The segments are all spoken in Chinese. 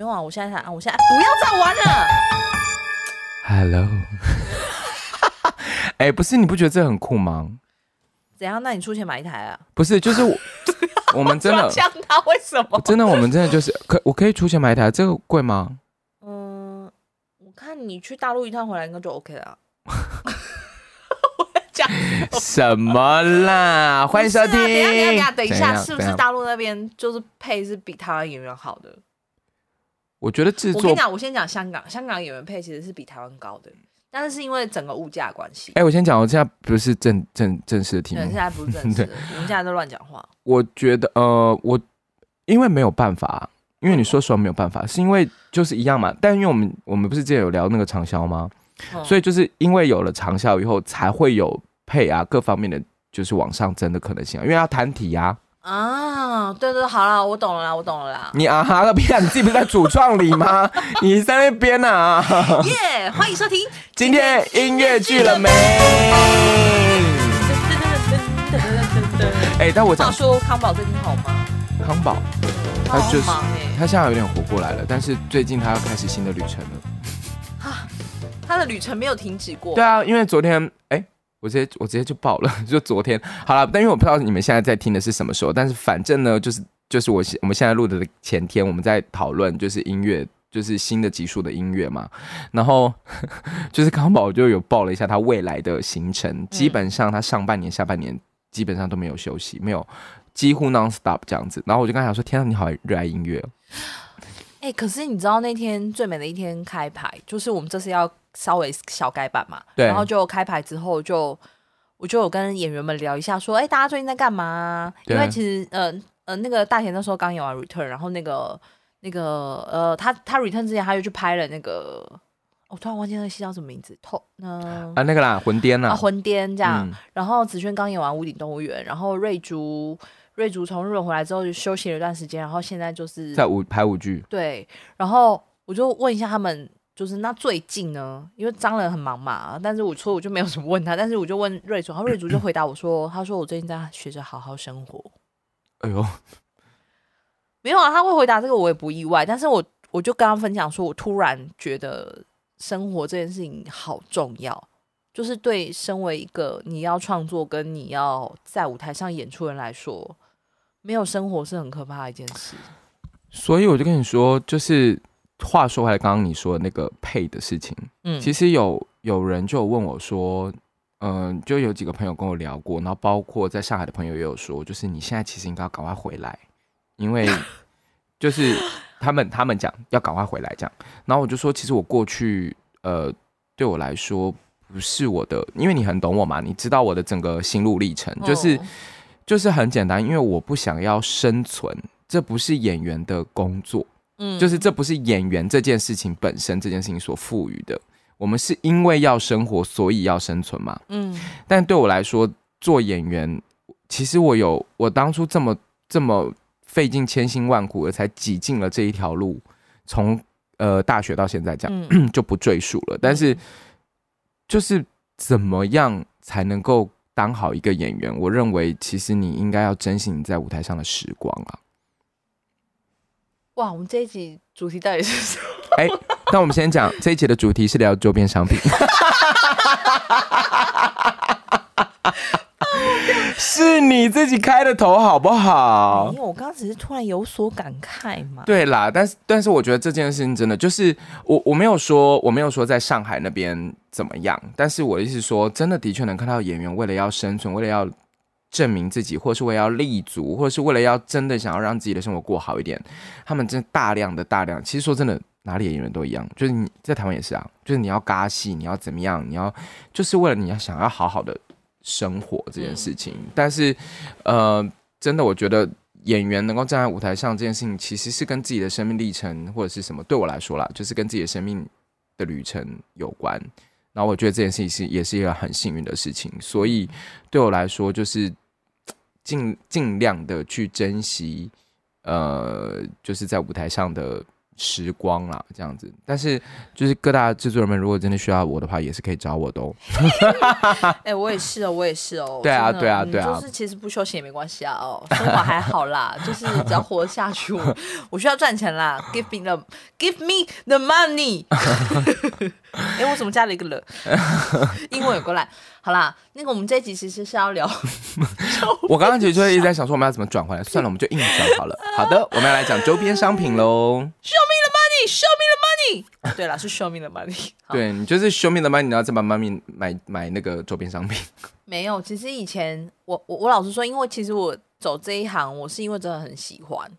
没有啊，我现在才啊，我现在、啊、不要再玩了。 Hello，哎、不是，你不觉得这很酷吗？怎样？那你出钱买一台啊？不是，就 是我我们真的这，样他为什么？真的，我们真的就是可我可以出钱买一台，这个贵吗？嗯，我看你去大陆一趟回来应该就 OK 了啊。我在讲什么啦？欢迎收听。不是啊等一下，等一下，等一下，等一下，怎样是不怎是样大陆那边就是配是比台湾演员好的？我觉得制我跟作你，讲，我先讲香港，香港演员配其实是比台湾高的，但是是因为整个物价关系。哎、我先讲，我现在不是正正正式的题对，现目。在不是 正式的，我们现在都乱讲话。我觉得，呃，我因为没有办法，因为你说实话没有办法，是因为就是一样嘛。但因为我们我们不是之前有聊那个长销吗？嗯所以就是因为有了长效以后，才会有配啊各方面的，就是往上增的可能性、啊。因为要弹体啊，啊，对对，好啦，我懂了啦，我懂了 啦。你啊哈个屁啊！你自己不是在主创里吗？你在那边啊？耶欢迎收听。今天音乐剧了没？哎、但我话讲说康宝最近好吗？康宝，他他好就是忙哎、他现在有点活过来了，但是最近他要开始新的旅程了。他的旅程没有停止过。对啊，因为昨天哎、我直接我直接就爆了，就昨天好了，但因为我不知道你们现在在听的是什么时候，但是反正呢，就是就是我现我们现在录的前天，我们在讨论就是音乐。就是新的集数的音乐嘛，然后 就是康宝就有报了一下他未来的行程，嗯基本上他上半年、下半年基本上都没有休息，没有几乎 non stop 这样子。然后我就跟他讲说：“天啊，你好热爱音乐、哦。哎、可是你知道那天最美的一天开牌，就是我们这次要稍微小改版嘛，对然后就开牌之后就我就有跟演员们聊一下说，哎、大家最近在干嘛啊？因对为其实呃呃，那个大田那时候刚演完 Return，然后那个那个呃，他他 Return 之前他又去拍了那个，我突然忘记那个戏叫什么名字，透嗯啊，那个啦，魂颠啦，啊魂颠这样，嗯然后子轩刚演完《屋顶动物园》，然后瑞竹瑞竹从日本回来之后就休息了一段时间，然后现在就是在舞排舞剧，对，然后我就问一下他们，就是那最近呢，因为张人很忙嘛，但是我说我就没有什么问他，但是我就问瑞竹，然后瑞竹就回答我说，他说我最近在学着好好生活，哎呦，没有啊，他会回答这个我也不意外，但是我我就跟他分享说，我突然觉得生活这件事情好重要。就是对身为一个你要创作跟你要在舞台上演出的人来说，没有生活是很可怕的一件事。所以我就跟你说，就是话说回来，刚刚你说的那个配的事情，嗯，其实有有人就有问我说，嗯、就有几个朋友跟我聊过，然后包括在上海的朋友也有说，就是你现在其实应该要赶快回来，因为就是他们他们讲要赶快回来这样，然后我就说，其实我过去呃对我来说不是我的，因为你很懂我嘛，你知道我的整个心路历程，就是。嗯就是很简单，因为我不想要生存，这不是演员的工作，嗯就是这不是演员这件事情本身这件事情所赋予的。我们是因为要生活，所以要生存嘛。嗯但对我来说，做演员，其实我有我当初这么这么费尽千辛万苦，才挤进了这一条路，从呃大学到现在这样。嗯，就不赘述了。但是就是怎么样才能够当好一个演员？我认为其实你应该要珍惜你在舞台上的时光啊。哇，我们这一集主题到底是什么？哎、那我们先讲这一节的主题是聊周边商品。是你自己开的头好不好因？为我刚刚只是突然有所感慨嘛。对啦，但是但是我觉得这件事情真的就是我我没有说我没有说在上海那边怎么样，但是我的意思是说，真的的确能看到演员为了要生存，为了要证明自己，或是为了要立足，或者是为了要真的想要让自己的生活过好一点，他们真的大量的大量，其实说真的，哪里的演员都一样，就是你在台湾也是啊，就是你要尬戏，你要怎么样，你要就是为了你要想要好好的生活这件事情，但是呃，真的我觉得演员能够站在舞台上这件事情，其实是跟自己的生命历程或者是什么，对我来说啦，就是跟自己的生命的旅程有关。然后我觉得这件事情是也是一个很幸运的事情，所以对我来说就是嘖尽尽量的去珍惜，呃，就是在舞台上的时光啦，这样子。但是就是各大制作人们，如果真的需要我的话，也是可以找我的哦。哎、我也是哦，我也是哦。对啊真的对啊嗯对啊就是其实不休息也没关系啊哦，生活还好啦，就是只要活下去， 我我需要赚钱啦。Give me the give me the money。哎、我怎么加了一个了？英文有够烂。好啦，那个我们这一集其实是要聊 我刚刚其实就一直在想说我们要怎么转回来，算了，我们就硬转好了。好的，我们要来讲周边商品喽。 show me the money，show me the money。对啦，哦是 show me the money。好，对你就是 show me the money，然后再把 money 买买那个周边商品。没有，其实以前我我我老实说，因为其实我走这一行，我是因为真的很喜欢，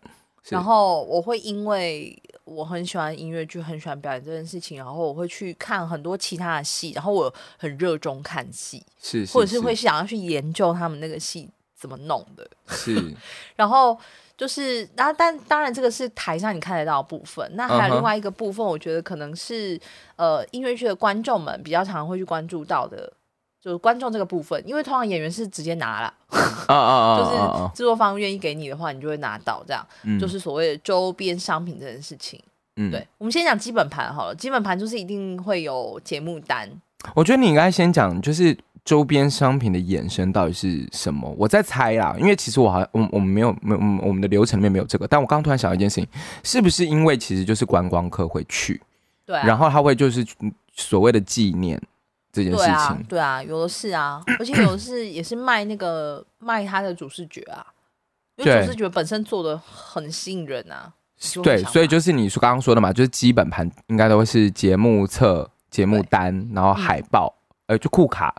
是然后我会因为我很喜欢音乐剧，很喜欢表演这件事情，然后我会去看很多其他的戏，然后我很热衷看戏，是，或者是会想要去研究他们那个戏怎么弄的。是然后就是，然、后但当然这个是台上你看得到的部分，那还嗯有哼另外一个部分，我觉得可能是、呃音乐剧的观众们比较常会去关注到的，就是观众这个部分，因为通常演员是直接拿啦，啊啊啊 就啊啊啊是！制作方愿意给你的话，你就会拿到，这样、嗯就是所谓的周边商品这件事情。嗯对，我们先讲基本盘好了，基本盘就是一定会有节目单，我觉得你应该先讲，就是周边商品的衍生到底是什么？我在猜啦，因为其实我好像我我们没有没有我们我们的流程里面没有这个，但我刚刚突然想到一件事情，是不是因为其实就是观光客会去，对啊、然后他会就是所谓的纪念这件事对啊情，，对啊，有的是 啊，而且有的是也是卖那个卖他的主视觉啊，因为对主视觉本身做的很吸引人啊。就会对，想买所以就是你说刚刚说的嘛，就是基本盘应该都会是节目册、节目对单，然后海报，呃，就库卡，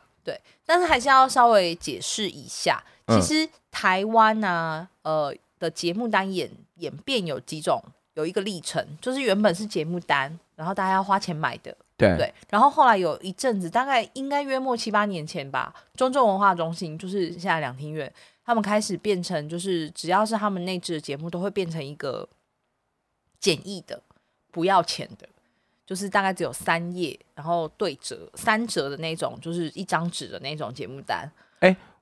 但是还是要稍微解释一下，其嗯实台湾啊，呃的节目单演演变有几种，有一个历程，就是原本是节目单，然后大家要花钱买的，对，对，然后后来有一阵子，大概应该约莫七八年前吧，中正文化中心就是现在两厅院，他们开始变成就是只要是他们内置的节目，都会变成一个简易的、不要钱的，就是大概只有三页，然后对折三折的那种，就是一张纸的那种节目单。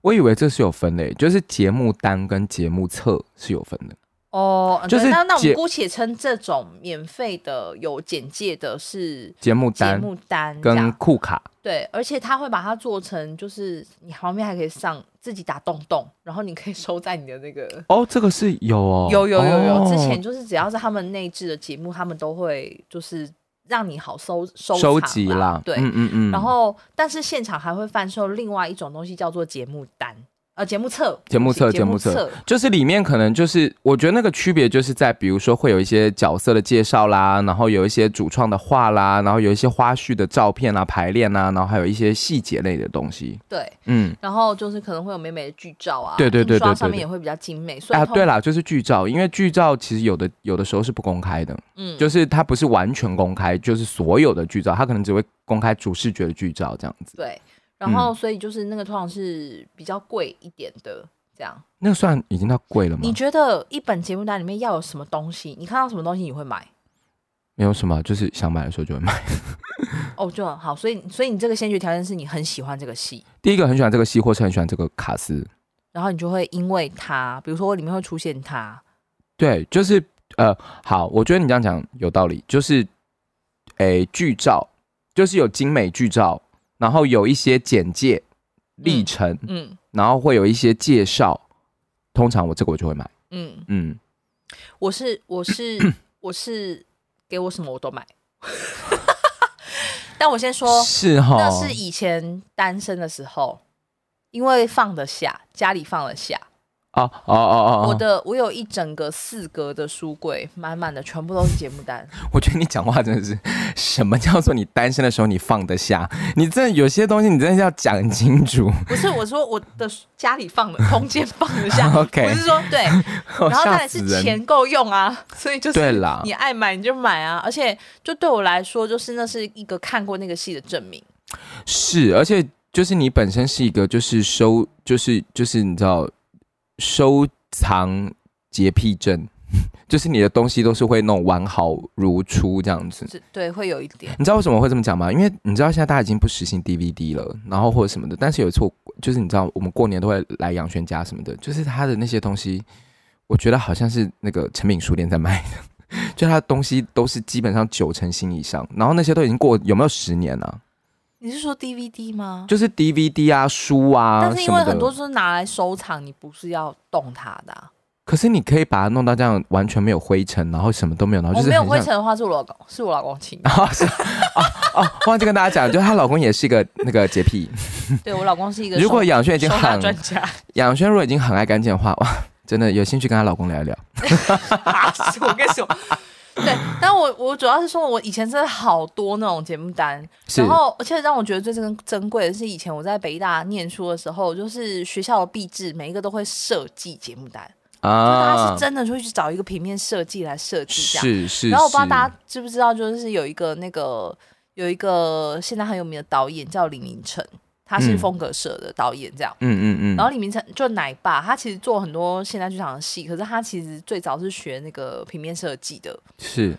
我以为这是有分的耶，就是节目单跟节目册是有分的。哦，就是对那那我节们姑且称这种免费的有简介的是节目节单目单，这跟样。库卡，对，而且他会把它做成，就是你旁边还可以上自己打洞洞，然后你可以收在你的那个。哦，这个是有哦，有有有有，之前哦就是只要是他们内置的节目，他们都会就是让你好收收收收集啦，对。嗯嗯嗯，然后，但是现场还会贩售另外一种东西，叫做节目单，呃，节目册，节目对不起册节节目目册，就是里面可能就是，我觉得那个区别就是在，比如说会有一些角色的介绍啦，然后有一些主创的话啦，然后有一些花絮的照片啊、排练啊，然后还有一些细节类的东西，对。嗯，然后就是可能会有美美的剧照啊，对对对印刷对对上面对也会比较精美。所以啊，通对啦，就是剧照，因为剧照其实有的有的时候是不公开的，嗯，就是它不是完全公开，就是所有的剧照，它可能只会公开主视觉的剧照这样子，对。然嗯后，所以就是那个通常是比较贵一点的，这样。那个算已经到贵了吗你？觉得一本节目单里面要有什么东西？你看到什么东西你会 买？没有什么，就是想买的时候就会买。哦，就很好。所以，所以你这个先决条件是你很喜欢这个戏，第一个很喜欢这个戏，或是很喜欢这个卡斯。然后你就会因为它，比如说里面会出现它，对，就是呃，好，我觉得你这样讲有道理，就是诶，剧照就是有精美剧照，然后有一些简介历程，嗯然后会有一些介绍。通常我这个我就会买，嗯，嗯，我是我 是我是给我什么我都买， 但我先说，是哦哈，那是以前单身的时候，因为放得下，家里放得下，哦哦哦哦，哦我，的我有一整个四格的书柜，满满的全部都是节目单，我觉得你讲话真的是，什么叫做你单身的时候你放得下？你真的有些东西你真的要讲清楚。不是 我说我的家里放 的空间放得下 OK 哦我是说 对。然后再来是吓死人钱够用啊，所以就是对啦你爱买你就买啊，而且就对我来说，就是那是一个看过那个戏的证明。是，而且就是你本身是一个就是收就是就是你知道收藏洁癖症，就是你的东西都是会弄完好如初这样子。是对，会有一点，你知道为什么会这么讲吗？因为你知道现在大家已经不实行 DVD 了，然后或者什么的。但是有一次我，就是你知道我们过年都会来杨轩家什么的，就是他的那些东西，我觉得好像是那个成品书店在卖的， 就他的东西都是基本上九成新以上，然后那些都已经过有没有十年啊了、你是说 DVD 吗？就是 DVD 啊、书啊，但是因为什么的很多就是拿来收藏，你不是要动它的啊、可是你可以把它弄到这样完全没有灰尘，然后什么都没有，然后我哦哦就是没有很灰像尘的话，是我老公，是我老公请 的。然后是啊啊，忘记跟大家讲，就是她老公也是一个那个洁癖。对我老公 是一个如果收杨轩已经收纳很专家，杨轩如果已经很爱干净的话，哇，真的有兴趣跟她老公聊一聊。 打死我跟你说。对，但我我主要是说，我以前真的好多那种节目单，是然后而且让我觉得最珍珍贵的是，以前我在北大念书的时候，就是学校的壁纸每一个都会设计节目单，就大家啊是，真的就会去找一个平面设计来设计这样。是是，然后我不知道大是家知不知道，就是有一个那个有一个现在很有名的导演叫李明诚，他是嗯风格社的导演这样。嗯嗯嗯，然后李明诚就奶爸，他其实做很多现代剧场的戏，可是他其实最早是学那个平面设计的。是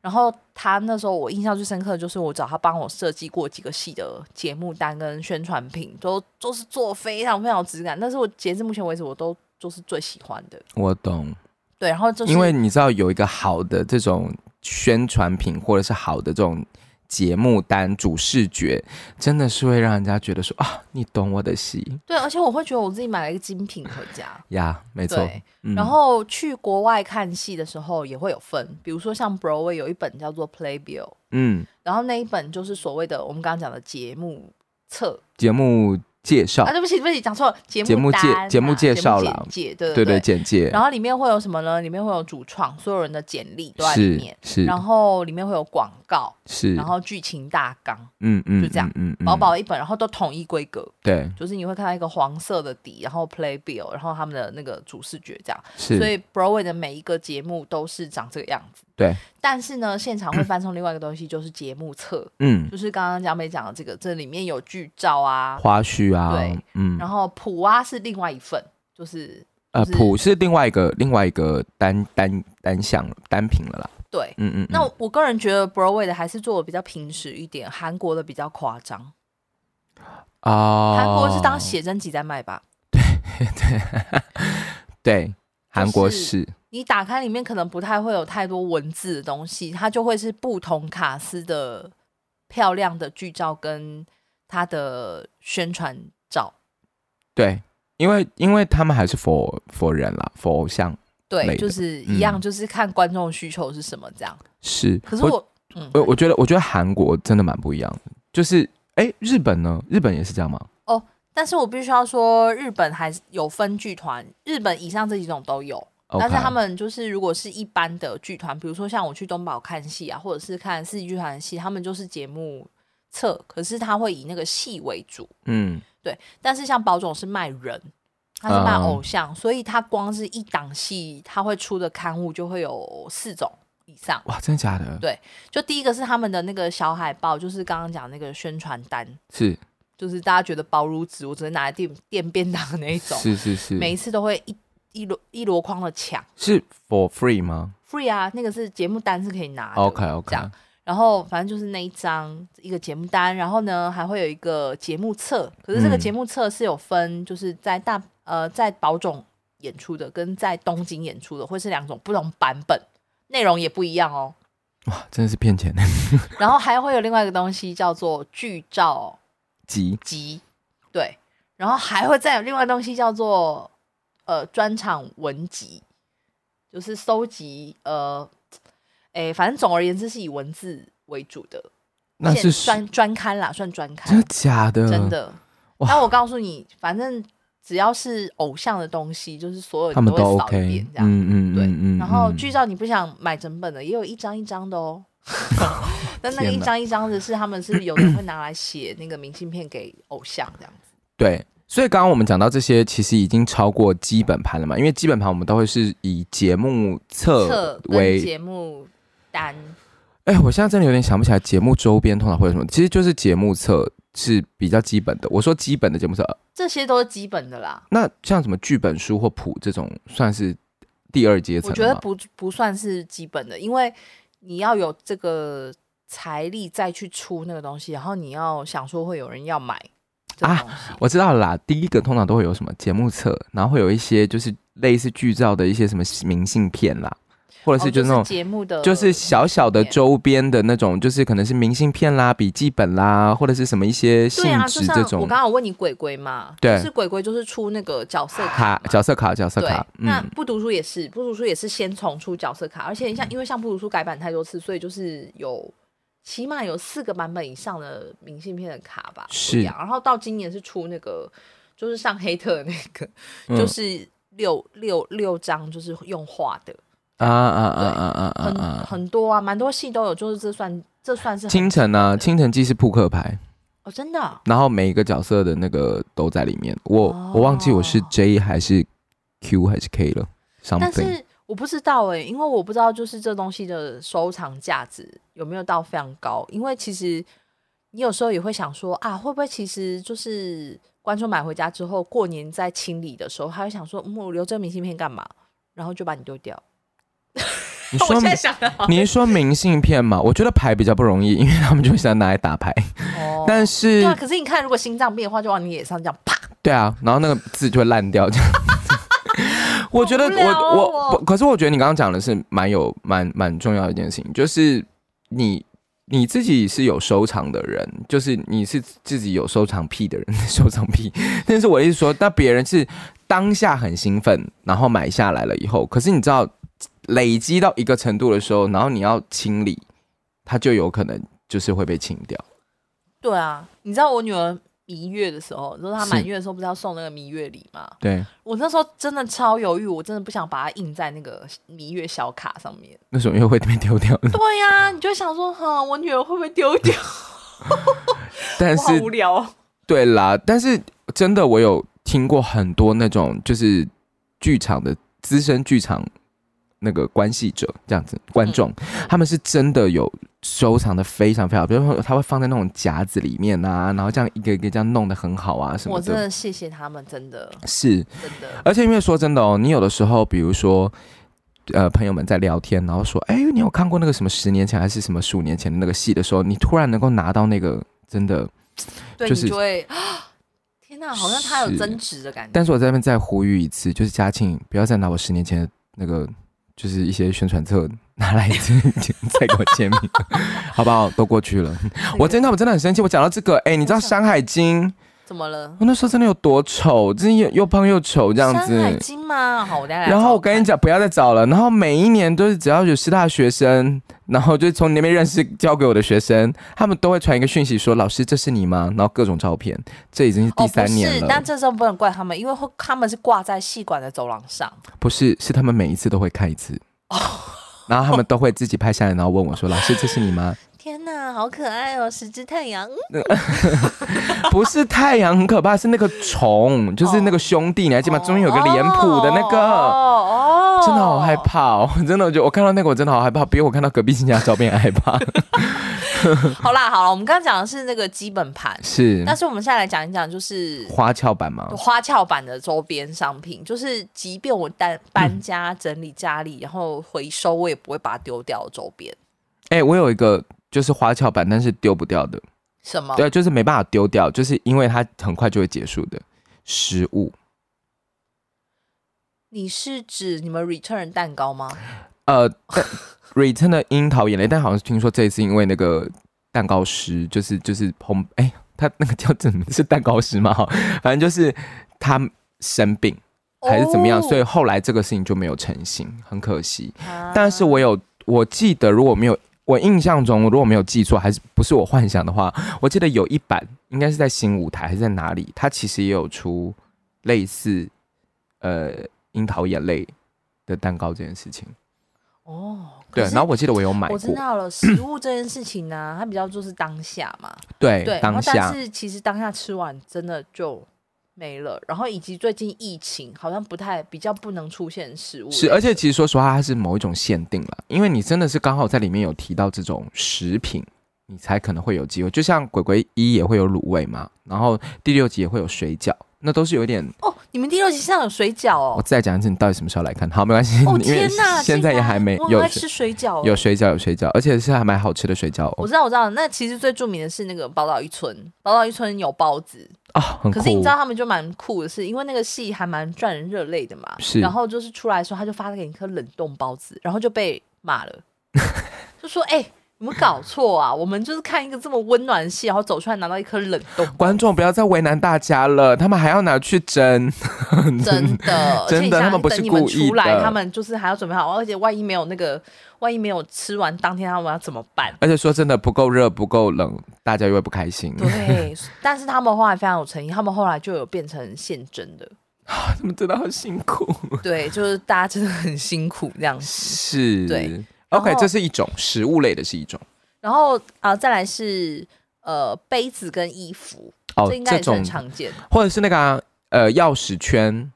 然后他那时候我印象最深刻的就是我找他帮我设计过几个戏的节目单跟宣传品，都都是做非常非常有质感，但是我截至目前为止我都就是最喜欢的。我懂，对，然后就是因为你知道有一个好的这种宣传品或者是好的这种。节目单主视觉真的是会让人家觉得说啊，你懂我的戏对，而且我会觉得我自己买了一个精品回家。呀，没错。对，嗯然后去国外看戏的时候也会有分，比如说像 Broadway 有一本叫做 Playbill，嗯，然后那一本就是所谓的我们刚刚讲的节目册、节目介绍啊，对不起对不起，讲错了，节节目介单啊、节目介绍节目啦简介，对对对对简介，然后里面会有什么呢？里面会有主创，所有人的简历都在里面，是是然后里面会有广告，是，然后剧情大纲，嗯嗯就这样嗯嗯嗯薄薄一本，然后都统一规格。对就是你会看到一个黄色的底，然后 Playbill，然后他们的那个主视觉这样，是，所以 Broadway 的每一个节目都是长这个样子。对，但是呢，现场会翻送另外一个东西，就是节目册，嗯，就是刚刚江美讲的这个，这里面有剧照啊，花絮啊，对，嗯，然后谱啊是另外一份，就是呃，就是谱是另外一个另外一个单单单项单品了啦，对。嗯嗯，那嗯我我个人觉得 Broadway 的还是做的比较平实一点，韩国的比较夸张。哦，韩国是当写真集在卖吧？对，韩国是你打开里面可能不太会有太多文字的东西，它就会是不同卡司的漂亮的剧照跟它的宣传照。对，因为因为他们还是佛佛人啦，佛偶像类对，的就是一样，嗯就是看观众的需求是什么这样。是，可是我，嗯，我我觉得我觉得韩国真的蛮不一样的，就是哎，日本呢，日本也是这样吗？但是我必须要说，日本还是有分剧团，日本以上这几种都有。但是 OK 他们就是如果是一般的剧团，比如说像我去东宝看戏啊，或者是看四季剧团的戏，他们就是节目册，可是他会以那个戏为主。嗯但是像宝总是卖人，他是卖嗯偶像，所以他光是一档戏，他会出的刊物就会有四种以上。哇，真的假的？对就第一个是他们的那个小海报，就是刚刚讲那个宣传单，是就是大家觉得薄如纸，我只能拿来垫垫便当的那一种，是是是，每一次都会一一箩一箩筐的抢。是 for free 吗 free 啊，那个是节目啊单是可以拿的。 ？OK OK，这样然后反正就是那一张一个节目单，然后呢还会有一个节目册，可是这个嗯节目册是有分，就是在大呃在宝冢演出的跟在东京演出的会是两种不同版本，内容也不一样哦。哇，真的是骗钱 的然后还会有另外一个东西叫做剧照急集，对，然后还会再有另外一个东西叫做呃专场文集，就是搜集呃，诶，反正总而言之是以文字为主的。那现是专专刊啦，算专刊真的，假的？真，的。哇那我告诉你，反正只要是偶像的东西，就是所有他人们会都扫 OK，一遍这样。嗯嗯对，嗯嗯，然后嗯剧照你不想买整本的，也有一张一张的 哦。但那个天一哪张一张的是他们是有人会拿来写那个明信片给偶像这样子。对。所以刚刚我们讲到这些，其实已经超过基本盘了嘛，因为基本盘我们都会是以节目册册跟为。节目单，哎，我现在真的有点想不起来节目周边通常会有什么，其实就是节目册是比较基本的。我说基本的节目册，呃这些都是基本的啦。那像什么剧本书或谱这种，算是第二阶层我吗？觉得不不算是基本的，因为你要有这个财力再去出那个东西，然后你要想说会有人要买这个啊东西。我知道了啦，第一个通常都会有什么节目册，然后会有一些就是类似剧照的一些什么明信片啦，或者是哦就是那种节目的，就是小小的片周边的那种，就是可能是明信片啦、笔记本啦，或者是什么一些性对啊，就质像这我种刚刚有问你鬼鬼嘛，对就是鬼鬼就是出那个角色卡卡嘛。角色卡、角色对卡，，那嗯，不读书也是，不读书也是先重出角色卡，而且像因为像不读书改版太多次，所以就是有起码有四个版本以上的明信片的卡吧，是不一样然后到今年是出那个就是上黑特的那个，嗯 就是六六六张，就是用画的，啊啊啊啊啊啊很啊！很多啊，蛮多戏都有，就是这算这算是很清晨啊，清晨既是扑克牌，哦，真的啊然后每一个角色的那个都在里面。我、哦我忘记我是 J 还是 Q 还是 K 了但，something。是哦我不知道哎、因为我不知道就是这东西的收藏价值有没有到非常高，因为其实你有时候也会想说啊，会不会其实就是观众买回家之后，过年在清理的时候，他会想说，嗯，我留这明信片干嘛？然后就把你丢掉。你说 我现在想的好，你是说明信片嘛？我觉得牌比较不容易，因为他们就会想拿来打牌。哦但是对啊，可是你看，如果心脏病的话，就往你脸上这样啪。对啊，然后那个字就会烂 掉这样子。我觉得好无聊哦我我我不，可是我觉得你刚刚讲的是蛮有蛮蛮重要的一件事情，就是你你自己是有收藏的人，就是你是自己有收藏癖的人， 收藏癖。但是我的意思说，那别人是当下很兴奋，然后买下来了以后，可是你知道累积到一个程度的时候，然后你要清理，它就有可能就是会被清掉。对啊，你知道我女儿蜜月的时候，就是她是满月的时候，不是要送那个蜜月礼吗？对，我那时候真的超犹豫，我真的不想把它印在那个蜜月小卡上 面。那时候又会被丢掉。对呀、你就想说，哈，我女儿会不会丢掉？ 但我好是无聊哦。对啦，但是真的我有听过很多那种就是剧场的资深剧场那个关系者这样子观众，嗯他们是真的有收藏的非常非常好，比如说他会放在那种夹子里面啊，然后这样一个一个这样弄得很好啊什么我真的。的谢谢他们，真的，是，真的。而且因为说真的哦，你有的时候比如说。呃，朋友们在聊天，然后说：“哎，你有看过那个什么十年前还是什么十五年前的那个戏的时候，你突然能够拿到那个，真的对、就是你就会， 啊天哪，好像他有是增值的感觉。但是我在那边再呼吁一次，就是嘉庆不要再拿我十年前的那个，就是一些宣传册拿来 再给我签名，好不好？都过去 了。我真的，我真的很生气。我讲到这个，哎、你知道《山海经》，怎么了？我那时候真的有多丑，真的又又胖又丑这样山海子。经吗？好，我等一下来然找后我跟你看，讲，不要再找了。然后每一年都是只要有师大学生，然后就从你那边认识交给我的学生，他们都会传一个讯息说：“老师，这是你吗？”然后各种照片，这已经是第哦，不三年是，了。但这时候不能怪他们，因为会他们是挂在戏馆的走廊上。不是，是他们每一次都会看一次。哦然后他们都会自己拍下来，然后问 我说：“老师，这是你吗天哪，好可爱哦，十只太阳。嗯？”不是太阳，很可怕，是那个虫，就是那个兄弟，你还记得吗？中间有个脸谱的那个，哦哦哦，真的好害。怕哦！真的，我觉得我看到那个，我真的好害怕，比我看到隔壁亲家的照片还害 怕。好啦，好了，我们刚刚讲的是那个基本盘，是但是我们现在来讲一讲，就是嗯花俏版吗？花俏版的周边商品，就是即便我嗯搬搬家、整理家里，然后回收，我也不会把它丢掉的周边。哎、我有一个就是花俏版，但是丢不掉的，什么？对，就是没办法丢掉，就是因为它很快就会结束的食物。你是指你们 return 蛋糕吗？呃但，Return 的樱桃眼泪，但好像是听说这一次因为那个蛋糕师，就是就是烘，哎、他那个叫怎么是蛋糕师吗？哈，反正就是他生病哦还是怎么样，所以后来这个事情就没有成型，很可惜。啊但是我有，我记得如果没有。我印象中，如果没有记错，还是不是我幻想的话，我记得有一版应该是在新舞台还是在哪里，它其实也有出类似呃樱桃眼泪的蛋糕这件事情。哦，对，可是然后我记得我有买我知过，道 了，食物这件事情呢、它比较就是当下嘛，对，对，然当后但下是其实当下吃完真的就没了，然后以及最近疫情好像不太比较不能出现食物类的，是，而且其实说实话，它是某一种限定了，因为你真的是刚好在里面有提到这种食品，你才可能会有机会。就像鬼鬼一也会有卤味嘛，然后第六集也会有水饺，那都是有一点。哦，你们第六集上有水饺我哦，再讲一次，你到底什么时候来看？好，没关系，哦因为天哪，现在也还没竟然我有很爱水吃水饺哦，有水饺，有水饺，而且是还蛮好吃的水饺我哦。知道，我知道。那其实最著名的是那个宝岛一村，宝岛一村有包子，啊，很酷。可是你知道他们就蛮酷的是，因为那个戏还蛮赚人热泪的嘛。是，然后就是出来的时候，他就发给你一颗冷冻包子，然后就被骂了，就说：“哎、你们搞错啊！我们就是看一个这么温暖的戏，然后走出来拿到一颗冷冻观众不要再为难大家了，他们还要拿去蒸， 真的，而且你真的想他们不是等你们故意出来，的他们就是还要准备好，而且万一没有那个，万一没有吃完当天他们要怎么办？ 而且说真的不够热不够冷，大家又会不开心。对，但是他们后来非常有诚意，他们后来就有变成现真 的，他们真的好辛苦。对，就是大家真的很辛苦这样子。”是，对。然后 OK，这是一种食物类的，是一种然后啊、再来是呃杯子跟衣服，哦这应，该这也是很种常见的。或者是那个、啊、呃钥匙圈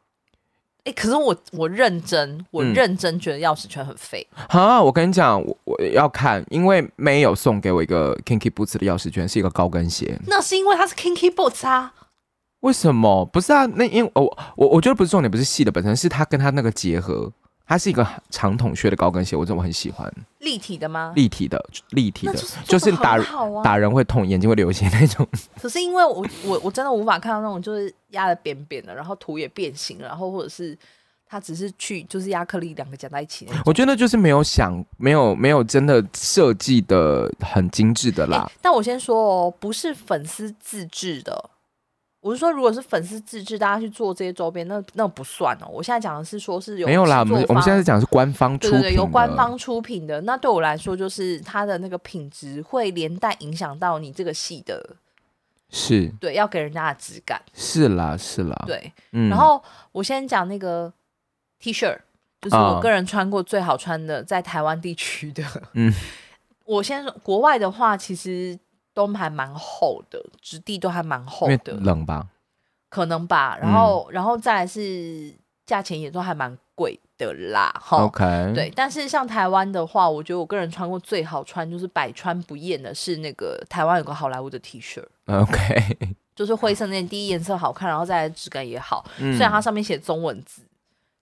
哎、可是我我认真，我嗯认真觉得钥匙圈很废。啊，我跟你讲，我我要看，因为没有送给我一个 Kinky Boots 的钥匙圈，是一个高跟鞋。那是因为它是 Kinky Boots 啊，为什么？不是啊，那因为哦我我觉得不是重点，不是细的本身，是它跟它那个结合，它是一个长筒靴的高跟鞋，我真的很喜欢，立体的吗？立体的，立体那的，就是就就是打好啊。打人会痛，眼睛会流血那种。可是因为我我我真的无法看到那种就是压的扁扁的，然后图也变形了，然后或者是它只是去就是亚克力两个夹在一起那种。我觉得就是没有想，没有没有真的设计的很精致的啦诶。但我先说哦，不是粉丝自制的。我是说，如果是粉丝自制，大家去做这些周边，那那不算哦。我现在讲的是说是有没有啦，我制作们我们现方在是讲的是官方对出品对的，对，由官方出品的。那对我来说，就是它的那个品质会连带影响到你这个戏的，是对，要给人家的质感。是啦是啦，，对，嗯然后我先讲那个 T 恤，就是啊我个人穿过最好穿的，在台湾地区的。嗯，我先说国外的话，其实都还蛮厚的，质地都还蛮厚因为的，冷嗯吧，可能吧。然后，然后再来是价钱也都还蛮贵的啦，哈。 OK，对，但是像台湾的话，我觉得我个人穿过最好穿，就是百穿不厌的是那个台湾有个好莱坞的 T 恤， ，OK，就是啊灰色那件第一颜色好看，然后再来质感也好，嗯虽然它上面写中文字，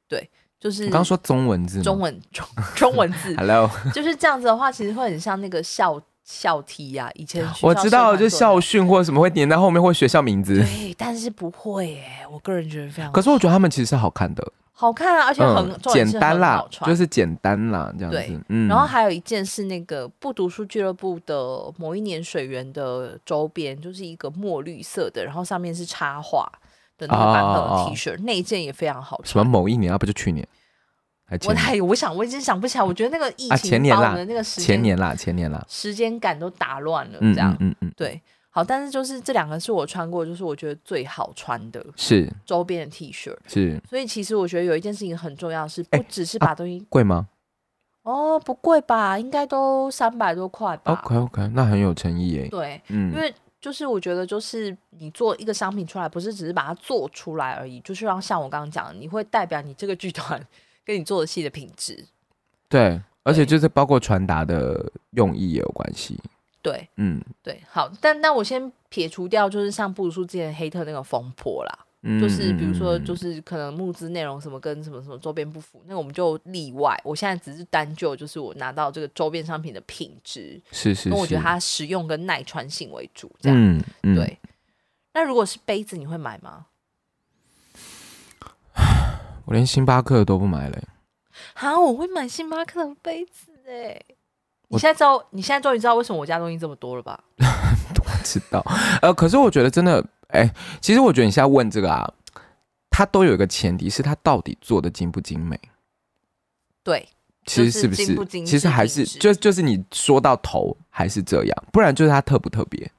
对，就是我刚说中文字吗，中文中 中文字 Hello，就是这样子的话，其实会很像那个校校 T 呀、以前学我校知社道，团就做校的训或者什么会粘在后面，或学校名字。对，但是不会耶，我个人觉得非常可是我觉得他们其实是好看的，好看啊，而且很、嗯，重点简是单很啦好，穿就是简单啦，这样对子，嗯，然后还有一件是那个不读书俱乐部的某一年水源的周边，就是一个墨绿色的，然后上面是插画的那个版本哦哦的哦 T 恤，那一件也非常好什么穿。某一年啊，不就去年，还我前年太我想我已经想不起来，我觉得那个疫啊前情年把我啦们的那个时间前年啦，前年啦，时间感都打乱了，嗯这样、嗯嗯嗯，对。好，但是就是这两个是我穿过，就是我觉得最好穿的是周边的 T 恤。是所以其实我觉得有一件事情很重要，是哎啊不只是把东西、贵吗哦不贵吧，应该都三百多块吧。 ？OK OK，那很有诚意耶，啊对，哦嗯因为就是我觉得，就是你做一个商品出来，不是只是把它做出来而已，就是让像我刚刚讲的，你会代表你这个剧团 跟你做的戏的品质。对，而且对就是包括传达的用意也有关系。对嗯对，好，但那我先撇除掉，就是像布鲁叔之前黑特那个风波啦，嗯，就是比如说，嗯就嗯是可能募资内容什么跟什么什么周边不符，那个我们就例外。我现在只是单就就是我拿到这个周边商品的品质，是是，那我觉得是它实用跟耐穿性为主，这样、嗯嗯，对。那如果是杯子，你会买吗？我连星巴克都不买嘞。 啊，我会买星巴克的杯子哎、你我现在知道，你现在终于知道为什么我家东西这么多了吧？知道。呃，可是我觉得真的，哎、其实我觉得你现在问这个啊，它都有一个前提是它到底做的精不精美，对，其实就是不是？精不精其实致还品是质就就是你说到头还是这样，不然就是它特不特别。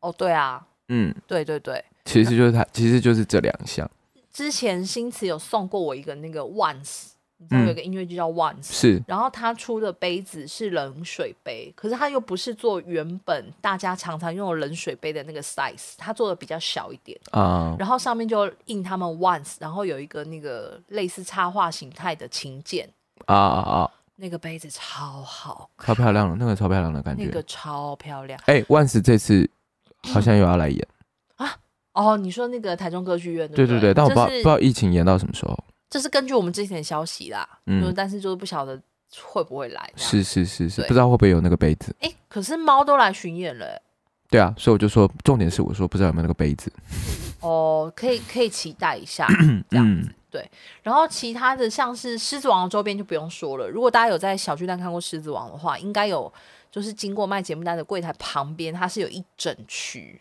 哦，对啊，嗯，对对对，啊其实就是它，其实就是这两项。之前新词有送过我一个那个 Once，你知道嗯有一个音乐剧叫 Once，、是然后他出的杯子是冷水杯，可是他又不是做原本大家常常用的冷水杯的那个 size，他做的比较小一点，啊、然后上面就印他们 Once，然后有一个那个类似插画形态的琴键，啊啊啊！那个杯子超好看，超漂亮了，那个超漂亮的感那觉。个超漂亮。哎、万斯这次好像又要来演，哦，你说那个台中歌剧院对嗯对对不对，但我不知道、这不是知道疫情延到什么时候。这是根据我们之前的消息啦，嗯就是但是就是不晓得会不会来。是，是是是，对不知道会不会有那个杯子。哎，可是猫都来巡演了欸、对啊，所以我就说，重点是我说不知道有没有那个杯子。哦，可以可以期待一 下这样嗯子。对，然后其他的像是《狮子王》的周边就不用说了。如果大家有在小巨蛋看过《狮子王》的话，应该有就是经过卖节目单的柜台旁边，它是有一整区，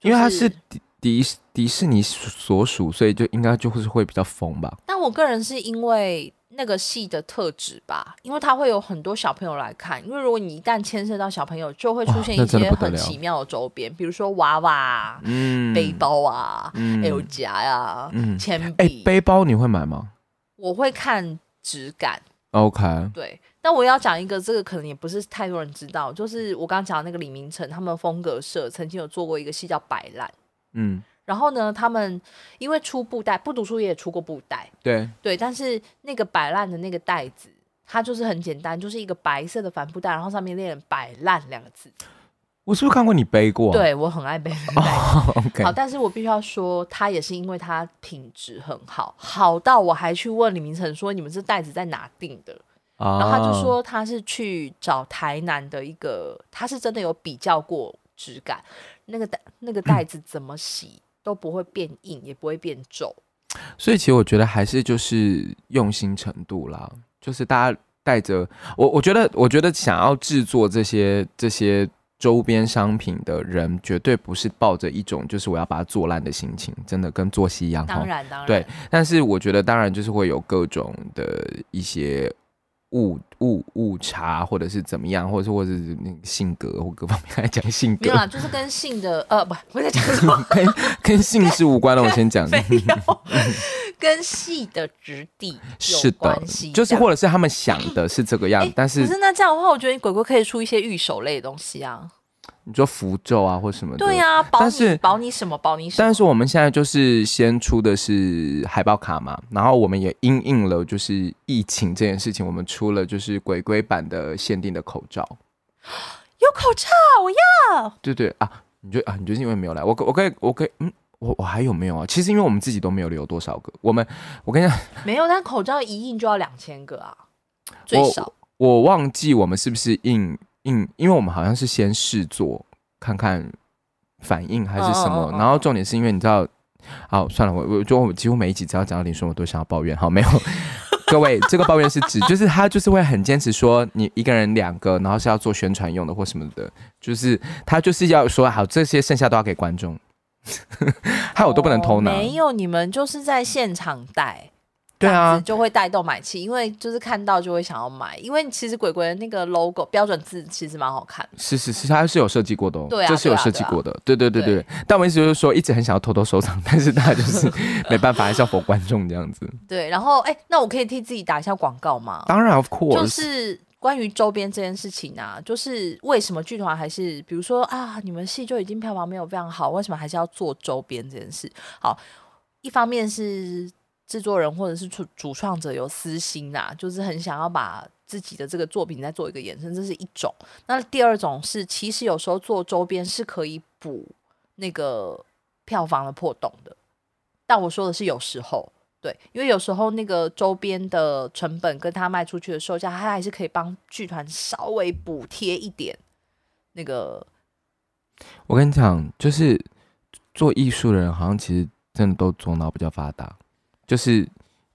就因为它是迪迪迪士尼所属，所以就应该就是会比较疯吧。但我个人是因为那个戏的特质吧，因为它会有很多小朋友来看。因为如果你一旦牵涉到小朋友，就会出哇现那一真的些不得很了奇妙的周边，比如说娃娃啊、嗯背，包啊、嗯 L 夹呀、啊、嗯，铅哎、笔。背包你会买吗我会看质感， ？OK，对。但我要讲一个，这个可能也不是太多人知道，就是我刚刚讲的那个李明成，他们风格社曾经有做过一个戏叫《摆烂》，嗯，然后呢，他们因为出布袋，不读书也出过布袋，对，对，但是那个摆烂的那个袋子，它就是很简单，就是一个白色的帆布袋，然后上面列了“摆烂”两个字。我是不是看过你背过？对我很爱背那个袋子。 ，OK，好，但是我必须要说，它也是因为它品质很好，好到我还去问李明成说：“你们这袋子在哪订的？”然然后他就，说他是去找台南的一个，他是真的有比较过质感，那个袋那个袋子怎么洗都不会变硬，也不会变皱。所以其实我觉得还是就是用心程度啦，就是大家带着我，我觉得，我觉得想要制作这些这些周边商品的人，绝对不是抱着一种就是我要把它做烂的心情，真的跟做戏一样当哈。然，当然，哦对，但是我觉得当然就是会有各种的一些误误误差，或者是怎么样，或者是或者是那个性格或各方面来讲性没格有，啊啦，就是跟性的呃，不，我在讲什么？跟跟性是无关的。我先讲， 没有， 跟戏的质地是有的关系，，就是这样或。者是他们想的是这个样诶，但可是是那这样的话，我觉得鬼鬼可以出一些御手类的东西啊。你说符咒啊或什么的，对呀、保但是你保你什么？保你什么？但是我们现在就是先出的是海报卡嘛，然后我们也因应了就是疫情这件事情，我们出了就是鬼鬼版的限定的口罩。有口罩，我要对对啊，你就啊，你就是因为没有来，我可我可以我可以嗯。我我还有没有啊？其实因为我们自己都没有留多少个，我们我跟你讲，没有，但口罩一印就要两千个啊，最我少。我忘记我们是不是印印，因为我们好像是先试做看看反应还是什么，嗯嗯嗯嗯然后重点是因为你知道，好算了，我我就我几乎每一集只要讲到林书，我都想要抱怨，好 没有。各位，这个抱怨是指， 就是他就是会很坚持说，你一个人两个，然后是要做宣传用的或什么的，就是他就是要说好，这些剩下都要给观众， 害我都不能偷拿。哦没有，你们就是在现场带，对这样啊子，就会带动买气，因为就是看到就会想要买，因为其实鬼鬼的那个 logo 标准字其实蛮好看的。是是是，他是有设计过的、哦，对啊这是有对啊设计过的，对对对对。对但我意思就是说，一直很想要偷偷收藏，但是大家就是 没办法，还是要佛观众这样子。对，然后哎，那我可以替自己打一下广告吗？当然，of course，、就是关于周边这件事情啊，就是为什么剧团还是比如说啊，你们戏就已经票房没有非常好，为什么还是要做周边这件事？好，一方面是制作人或者是主主创者有私心啊，就是很想要把。自己的这个作品再做一个延伸，这是一种。那第二种是，其实有时候做周边是可以补那个票房的破洞的。但我说的是有时候，对，因为有时候那个周边的成本跟它卖出去的售价，它还是可以帮剧团稍微补贴一点那个。我跟你讲，就是做艺术的人，好像其实真的都左脑比较发达，就是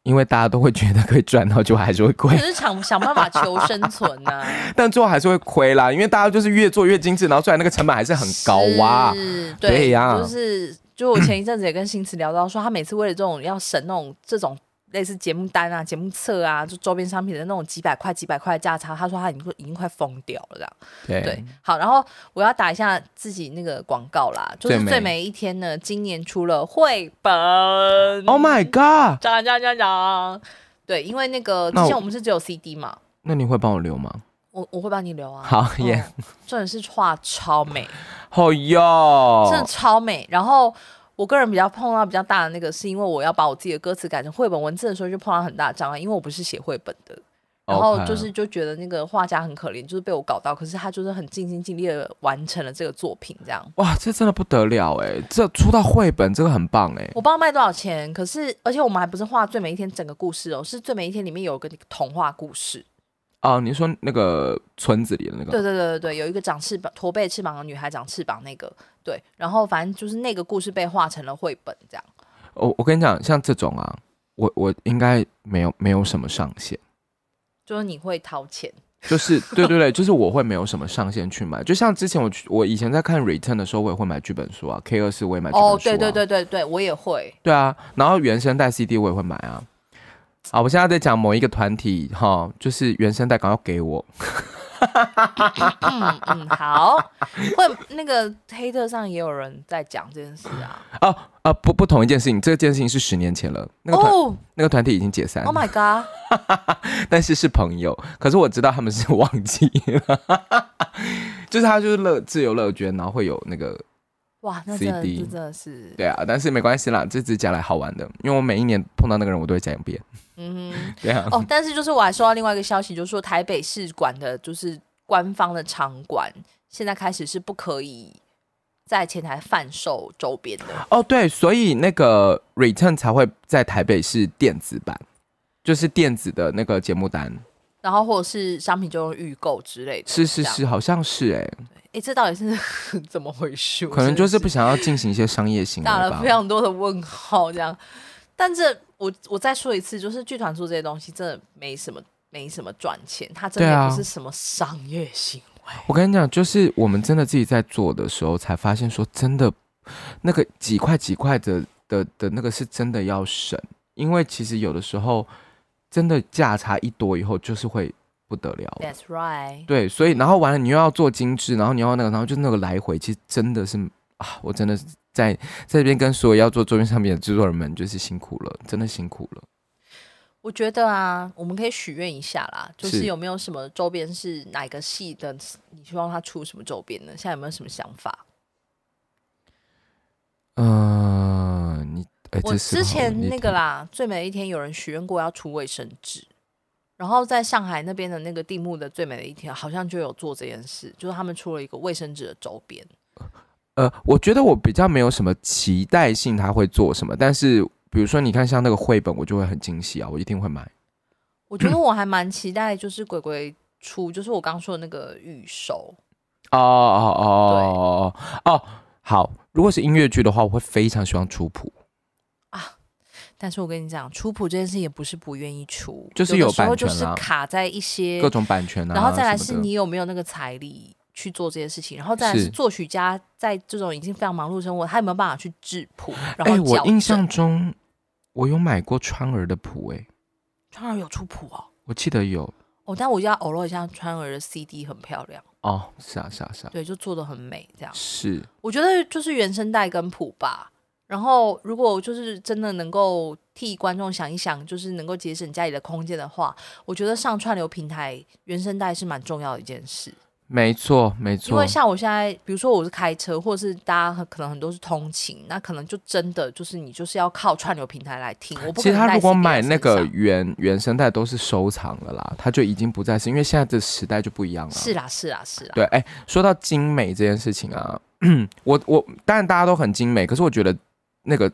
因为大家都会觉得可以赚到，就还是会 亏可，是想想办法求生存啊呐、但最后还是会亏啦，因为大家就是越做越精致，然后出来那个成本还是 很高啊。是对对呀就是就我前一阵子也跟新慈聊到说，他每次为了这种要省那种这种类似节目单啊、节目册啊，就周边商品的那种几百块、几百块的价差，他说他已经快已经快疯掉了这样。对对，好，然后我要打一下自己那个广告啦，就是最美最美一天呢，今年出了绘本。 o h Oh my god，讲讲讲讲，对，因为那个之那我前我们是只有 CD 嘛，那你会帮我留吗？我我会帮你留啊。好嗯耶，重点是画超美，好哦哟，真的超美。然后我个人比较碰到比较大的那个，是因为我要把我自己的歌词改成绘本文字的时候，就碰到很大的障碍，因为我不是写绘本的。然后 OK 就是就觉得那个画家很可怜，就是被我搞到，可是他就是很尽心尽力的完成了这个作品，这样。哇，这真的不得了哎！这出到绘本，这个很棒哎。我不知道卖多少钱，可是而且我们还不是画《最美一天》整个故事哦，是《最美一天》里面有个童话故事，哦，你说那个村子里的那个，对对对对对，有一个长翅膀、驼背翅膀的女孩长翅膀那个，对，然后反正就是那个故事被画成了绘本这样。我我跟你讲，像这种啊，我我应该没有没有什么上限，就是你会掏钱，就是对对对，就是我会没有什么上限去买。就像之前我去我以前在看 Return 的时候，我也会买剧本书啊，K 二四我也买剧本书、啊。哦，对对对对对，我也会。对啊，然后原声带 CD 我也会买啊。啊，我现在在讲某一个团体哈，就是原声带，赶快给我。嗯嗯，好，会那个黑特上也有人在讲这件事啊。哦啊，不不同一件事情，这件事情是十年前了，那个团、哦那个团体已经解散了，Oh my god！但是是朋友，可是我知道他们是忘记了， 就是他就是乐自由乐捐，然后会有那个哇，那真的 CD 这真的是，对啊，但是没关系啦，这只是讲来好玩的，因为我每一年碰到那个人，我都会讲一遍，嗯哼。对啊，哦，但是就是我还收到另外一个消息，就是说台北市馆的，就是官方的场馆，现在开始是不可以在前台贩售周边的。哦对，所以那个 Return 才会在台北市电子版，就是电子的那个节目单，然后或者是商品就用预购之类的，是是啊这样是，，好像是哎、哎，这到底是 怎么回事？我可能真的就是不想要进行一些商业行为打吧了非。常多的问号，这样。但这我我再说一次，就是剧团做这些东西真的没什么没什么赚钱，它真的对啊也不是什么商业行为。 我跟你讲，就是我们真的自己在做的时候，才发现说真的，那个几块几块的的的那个是真的要省，因为其实有的时候真的价差一多以后，就是会不得了了。 That's right。对，所以然后完了，你又要做精致，然后你要那个，然后就那个来回，其实真的是啊，我真的是在在这边跟所有要做周边上面的制作人们，就是辛苦了，真的辛苦了。我觉得啊，我们可以许愿一下啦，就是是有没有什么周边是哪个系的？你希望他出什么周边呢？现在有没有什么想法？嗯、你哎，我这是之好前问题那个啦，最美的一天有人许愿过要出卫生纸，然后在上海那边的那个地目的最美的一天，好像就有做这件事，就是他们出了一个卫生纸的周边。呃，我觉得我比较没有什么期待性，他会做什么。但是比如说，你看像那个绘本，我就会很惊喜啊，我一定会买。我 觉得我还蛮期待，就是鬼鬼出，就是我刚说的那个预售，哦哦哦哦哦哦，好，如果是音乐剧的话，我会非常喜欢出谱，但是我跟你讲，出谱这件事也不是不愿意出，就是有有的时候版就权是啦卡在一些各种版权啊，然后再来什是么的你有没有那个财力去做这些事情，然后再来是是作曲家在这种已经非常忙碌的生活，他有没有办法去质谱？然哎、后我校正印象中我有买过川儿的谱、哎，川儿有出谱哦，我记得有。哦，但我要偶罗一下川儿的 CD 很漂亮，哦，是啊，是啊，是啊，对，就做的很美，这样是。我觉得就是原声带跟谱吧。然后，如果就是真的能够替观众想一想，就是能够节省家里的空间的话，我觉得上串流平台原声带是蛮重要的一件事。没错，没因错为，像我现在，比如说我是开车，或者是大家可能很多是通勤，那可能就真的就是你就是要靠串流平台来听。我不其可实能他带如果 CD 买在那身个上原原声带都是收藏了啦，他就已经不再是，因为现在的时代就不一样了。是啦是啦是啦，啊对，哎、说到精美这件事情啊，我我当然大家都很精美，可是我觉得那个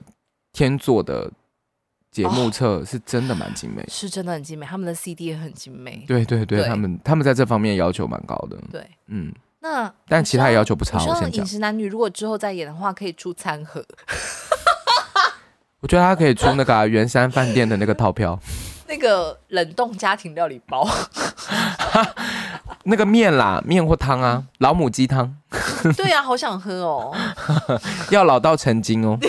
天作的节目册是真的蛮精美的。是真的很精美，他们的 CD 也很精美。对对对，对他们他们在这方面要求蛮高的，对，嗯，那但其他也要求我不差。希我望先饮讲，食男女如果之后再演的话，可以出餐盒， 我觉得他可以出那个、啊、圆山饭店的那个套票，那个冷冻家庭料理包， 那个面啦，面或汤啊，老母鸡汤，对啊，好想喝哦。要老到成精哦。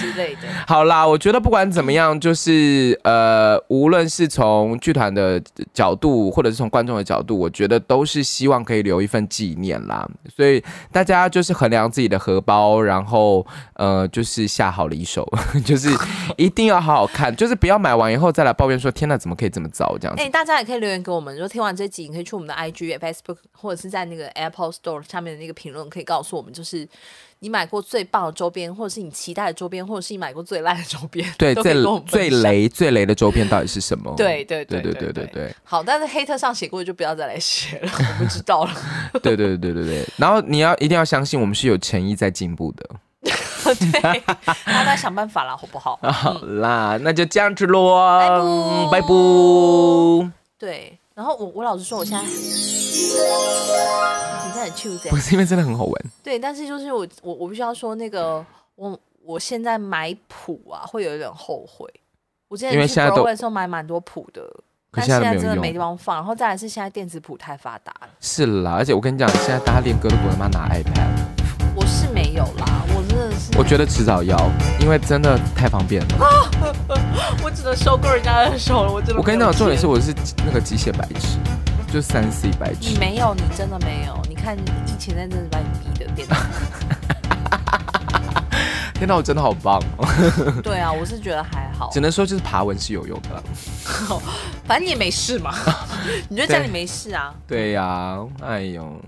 之类的。好啦，我觉得不管怎么样，就是呃，无论是从剧团的角度，或者是从观众的角度，我觉得都是希望可以留一份纪念啦。所以大家就是衡量自己的荷包，然后呃，就是下好离手， 就是一定要好好看，就是不要买完以后再来抱怨说天哪，怎么可以这么糟这样哎、子。大家也可以留言给我们，就听完这集，你可以去我们的 IG、Facebook 或者是在那个 Apple Store 下面的那个评论，可以告诉我们，就是你买过最棒的周边，或者是你期待的周边，或者是你买过最烂的周边，对， 都可最以跟我们最分享。雷最雷的周边到底是什么？对对对对对对对对。对。好，但是黑特上写过的就不要再来写了，我们知 道了。对对对对对对。然后你要一定要相信，我们是有诚意在进步的。对，大家想办法啦，好不好？好啦，那就这样子喽，拜拜拜拜。对，然后我我老实说，我现在你在很 Q 不是因为真的很好闻，对，但是就是我我我必须要说那个我我现在买谱啊，会有一点后悔。我之前因为去现在 Broadway 都的时候买蛮多谱的，可但现在现在都没有真的用没地方放。然后再来是现在电子谱太发达了，是啦，而且我跟你讲，现在大家练歌都不会妈拿 iPad，我是没有啦，我真的是我觉得迟早要，因为真的太方便哦了。我只能收购人家的手了，我真的。我跟你讲，重点是，我是那个机械白痴，就三 C 白你痴。没有，你真的没有。你看疫情那阵子把你逼的变 成天哪，我真的好棒，对啊，我是觉得还好只，能说就是爬文是有用的啦。 反正你也没事嘛，你就在家里没事啊。对呀、哎呦，